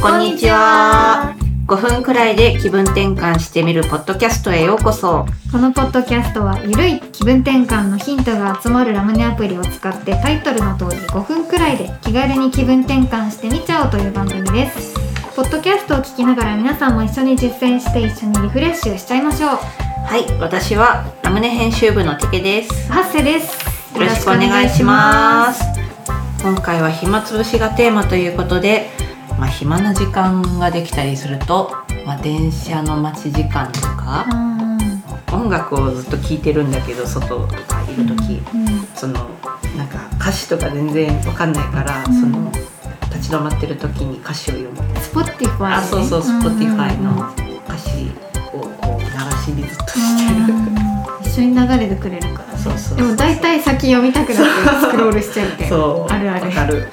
こんにちは。5分くらいで気分転換してみるポッドキャストへようこそ。このポッドキャストはゆるい気分転換のヒントが集まるラムネアプリを使ってタイトルの通り5分くらいで気軽に気分転換してみちゃおうという番組ですポッドキャストを聞きながら皆さんも一緒に実践して一緒にリフレッシュしちゃいましょうはい、私はラムネ編集部のテケです。ハッセですよろしくお願いします。今回は暇つぶしがテーマということで、まあ暇な時間ができたりすると、まあ電車の待ち時間とか、う音楽をずっと聴いてるんだけど、外とかいるんとき、うんそのなんか歌詞とか全然わかんないから、うんその立ち止まってる時に歌詞を読む。スポティファイあ、そうそう、Spotify の歌詞をこう流しにずっとしてる。一緒に流れてくれるから、ね、そうそうそうでも大体先読みたくなってスクロールしちゃうみたいなそう、あるあるわか る。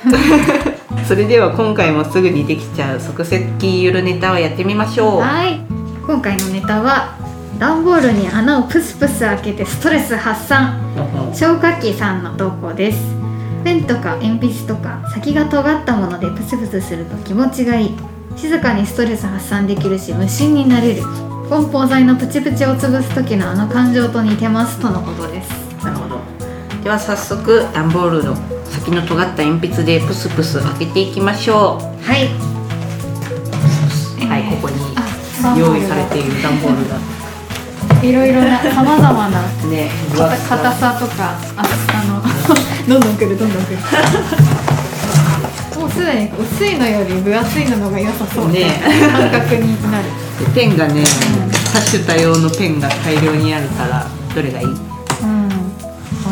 それでは今回もすぐにできちゃう即席ゆるネタをやってみましょう。はい今回のネタは段ボールに穴をプスプス開けてストレス発散消火器さんの投稿ですペンとか鉛筆とか先が尖ったものでプスプスすると気持ちがいい静かにストレス発散できるし無心になれる梱包材のプチプチを潰す時のあの感情と似てますとのことですなるほど。では早速段ボールの先の尖った鉛筆でプスプス開けていきましょう。はいはい、ここに用意されている段ボールがいろいろなさまざまなね、分硬厚さ硬さとかああの どんどんくるどんどんくるもうすでに薄いのより分厚いののが良さそうね感覚に なるペンがね、多種多様のペンが大量にあるからどれがいい？うんこ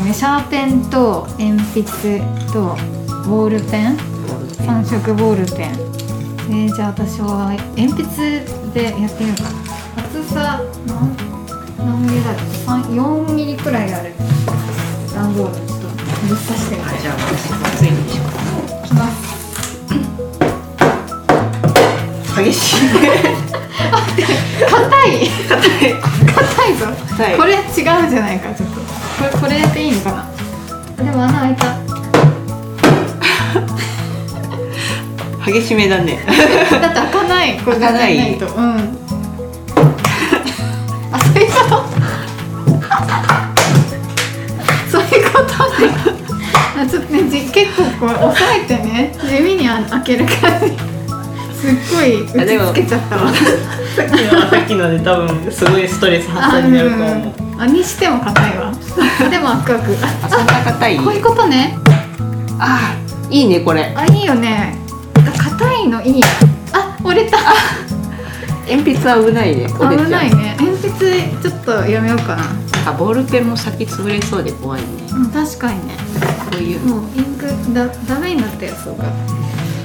うねシャーペンと鉛筆とボールペン三色ボールペンえー、じゃあ私は鉛筆でやってみようかな厚さ何何ミリだろう三4ミリくらいある段ボールちょっとぶっ刺してみたいあじゃあ私もついにしよいきますう。激しいね。硬い硬いぞはいこれ違うじゃないかちょっとこれこれでいいのかなでも穴開いた激しめだね。だって開かないこれ開かない開とうんあそういうことそういうことねあちょっとねじ結構こう押さえてね地味にあ開ける感じすっごい打ちつけちゃったわさっきのさっきので多分すごいストレス発散になると思う。あにしても硬いわでも開く開くあそんな硬いあこういうことねあいいねこれ。あいいよねあ硬いのいいなあ折れた鉛筆は危ないね。折れ危ちゃうない。ね鉛筆ちょっとやめようかなあボールペンも先潰れそうで怖いね。うん確かにねこういうの。もうインクだダメになったやつとか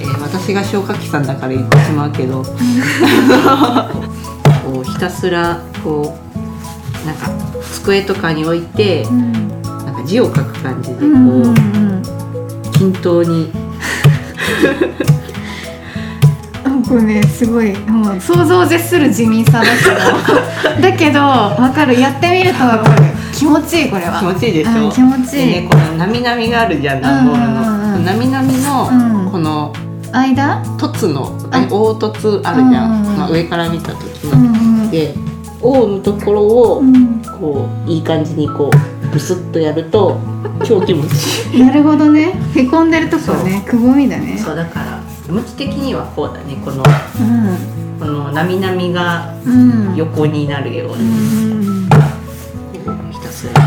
えー私が消火器さんだから言ってしまうけどこうひたすらこうなんか机とかに置いてうんなんか字を書く感じでこうう、んうんうん均等になんかねすごいもう想像を絶する地味さだ けどだけどわかるやってみるとわかる気持ちいいこれは気持ちいいでしょ、うん気持ちいいでねこのなみなみがあるじゃん段ボうんうんールうのんなみなみうんのこの間凸の、あ凹凸あるじゃん、うんうんうんまあ上から見た時うの、んうんで O のところうをんこういい感じにこうブスッとやると超気持ちいい なるほどねへこんでるとこねくぼみだねそうだから向き的にはこうだねこのうんこのなみなみがうん横になるよううに、んこうひたすら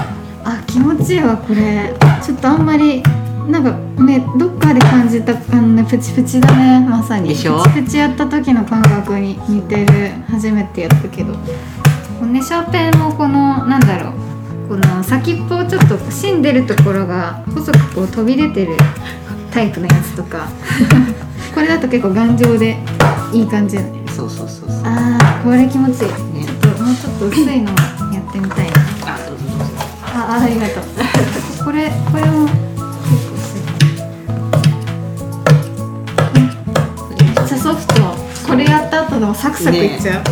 あ気持ちいいわこれちょっとあんまりなんかねどっかで感じたあのねプチプチだねまさにでしょプチプチやった時の感覚に似てる初めてやったけどこうねシャーペンもこのなんだろうこの先っぽをちょっと芯出るところが細くこう飛び出てるタイプのやつと かこれだと結構頑丈でいい感じだねそうそうそうそうあーこれ気持ちいいねちょっともうちょっと薄いのをやってみたいなあどうぞどうぞあ、ありがとう。これ、これも。めっちゃソフト。これやった後でもサクサクいっちゃう。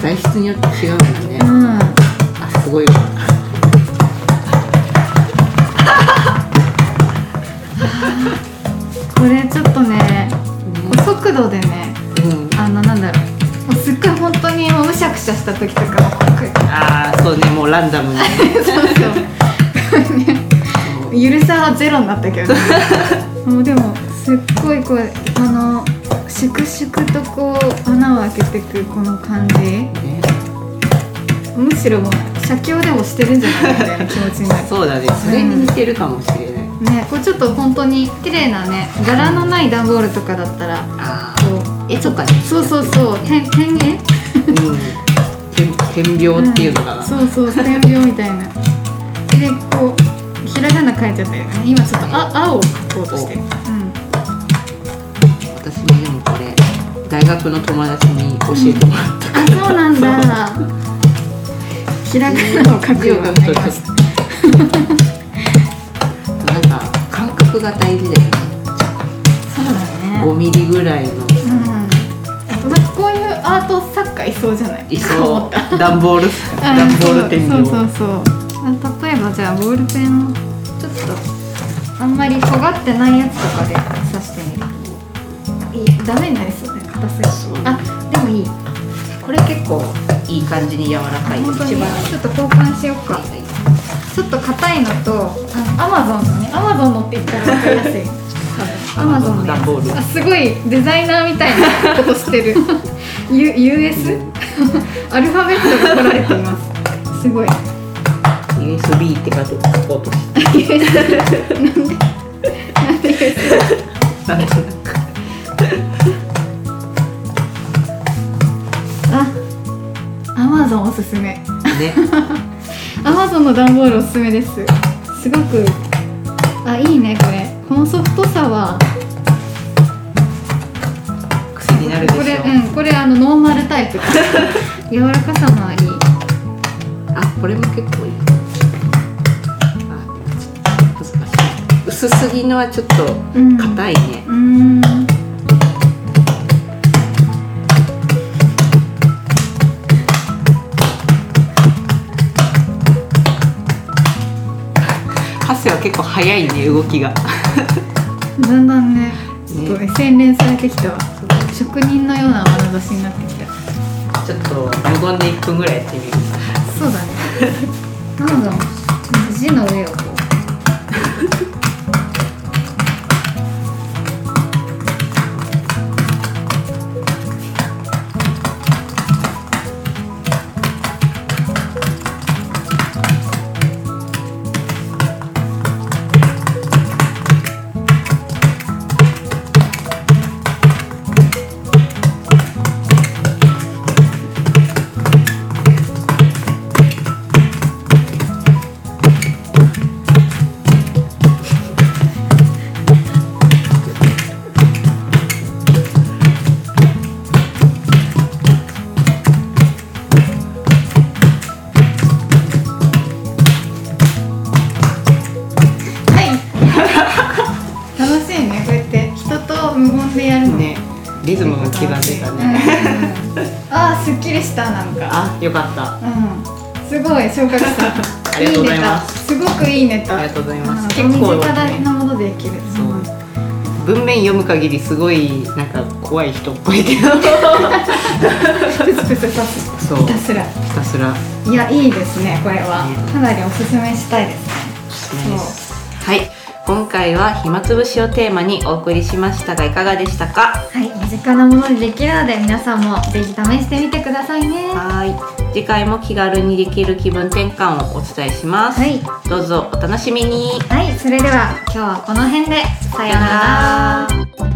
材質によって違うんだね、うん。あすごいわこれちょっとね、こう速度でね、うん、あのなんだろうもうすっごい本当にもうむしゃくしゃした時とかもこうああそうねもうランダム にそうそうねゆるさはゼロになったけどねもうでもすっごいこうあの粛々とこう穴を開けてくこの感じねむしろもう写経でもしてるんじゃないかみたいな気持ちになるそうだねそれに似てるかもしれない、ねこれちょっと本当に綺麗なね柄のない段ボールとかだったらああこう絵とかねそうそうそう天天絵うん天天病っていうのかな、そうそう線描みたいなでこうひらがな書いてあったよね今ちょっとあ青を書こうとしてるうん私もでもこれ大学の友達に教えてもらっあ、そうなんだ。ひ らがなを書くようになりました。た、なんか感覚が大事だよねそうだね。 5ミリぐらいのうん。なんかこういうアート作家いそうじゃない。い思そ っう段ボールた段ボール天井そうそうそうそう。例えばじゃあボールペンをちょっとあんまり尖ってないやつとかで刺してみる。いいダメになりそうね。硬すぎそうる。あ、でもいい。これ結構いい感じに柔らかい本当に一番ちょっと交換しようか。ちょっと硬いのと、アマゾンのね、アマゾンのって言ったらわかりやすい。アマゾンのや段ボールつあすごいデザイナーみたいなことしてる U US アルファベットが取られていますすごい USB ってかと書こうとしてなんでなんであアマゾンおすすめねアマゾンの段ボールおすすめですすごくあいいねこれこのソフトさは癖になるでしょこれうんこれあのノーマルタイ プ柔らかさもありあこれも結構いいあ難しい薄すぎのはちょっとうん硬いね、うーんハセは結構早いね動きがだんだんねちょっと洗練されてきたわ職人のような眼差しになってきたちょっと無言で一分ぐらいやってみるそうだね。 なんだろう。字の上をこう。はい。 楽しいね。こうやって人と無言でやるの。ねリズムも刻んでたうんね、うんうんああ、すっきりしたなんか。あよかったうん。すごい昇格した。。ありがとうございますいネタ。すごくいいネタ。ありがとうございますうん結構身近なものでできる。そうん文面読む限りすごいなんか怖い人っぽいけどプツプツ刺す。そうひたすら。ひたすらいや、いいですね。これはねかなりおすすめしたいですね。おすすめですはい今回は暇つぶしをテーマにお送りしましたがいかがでしたかはい、身近なものにできるので皆さんもぜひ試してみてくださいね。ははい次回も気軽にできる気分転換をお伝えします、い、どうぞお楽しみにはい、それでは今日はこの辺でさようなら。